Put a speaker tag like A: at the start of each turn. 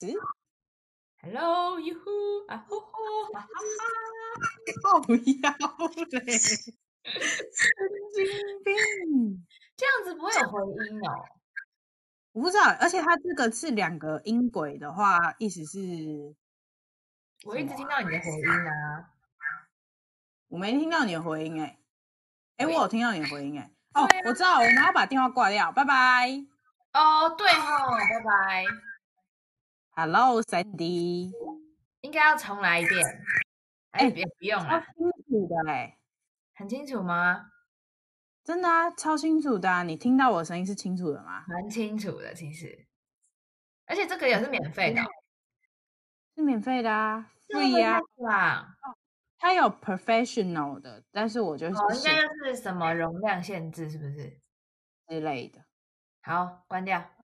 A: 十
B: Hello，哟呼啊吼吼，哈哈
A: 靠腰嘞，神 经病！
B: 这样子不会有回音哦。
A: 我不知道，而且它这个是两个音轨的话，意思是
B: 我一直听到你的回音啊。
A: 我没听到你的回音哎、欸，哎、
B: 喂
A: 我有听到你的回音哎、哦，
B: 对啊
A: 我知道，我们要把电话挂掉，拜拜。
B: 哦，对哦，拜拜。
A: Hello，Sandy，
B: 应该要重来一遍。哎，
A: 哎
B: 别不用
A: 超
B: 了，
A: 清楚的哎、
B: 很清楚吗？
A: 真的啊，超清楚的、啊，你听到我的声音是清楚的吗？
B: 蛮清楚的，其实。而且这个也是免费的哦，哦
A: 是免费的啊
B: 对
A: ，free 啊，
B: 吧？
A: 它有 professional 的，但是我就是
B: 哦，应
A: 写
B: 该就是什么容量限制，是不是？
A: 之类的。
B: 好，关掉。